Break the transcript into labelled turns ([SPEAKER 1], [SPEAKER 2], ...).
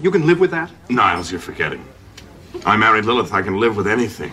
[SPEAKER 1] You can live with that?
[SPEAKER 2] Niles, you're forgetting. I married Lilith. I can live with anything.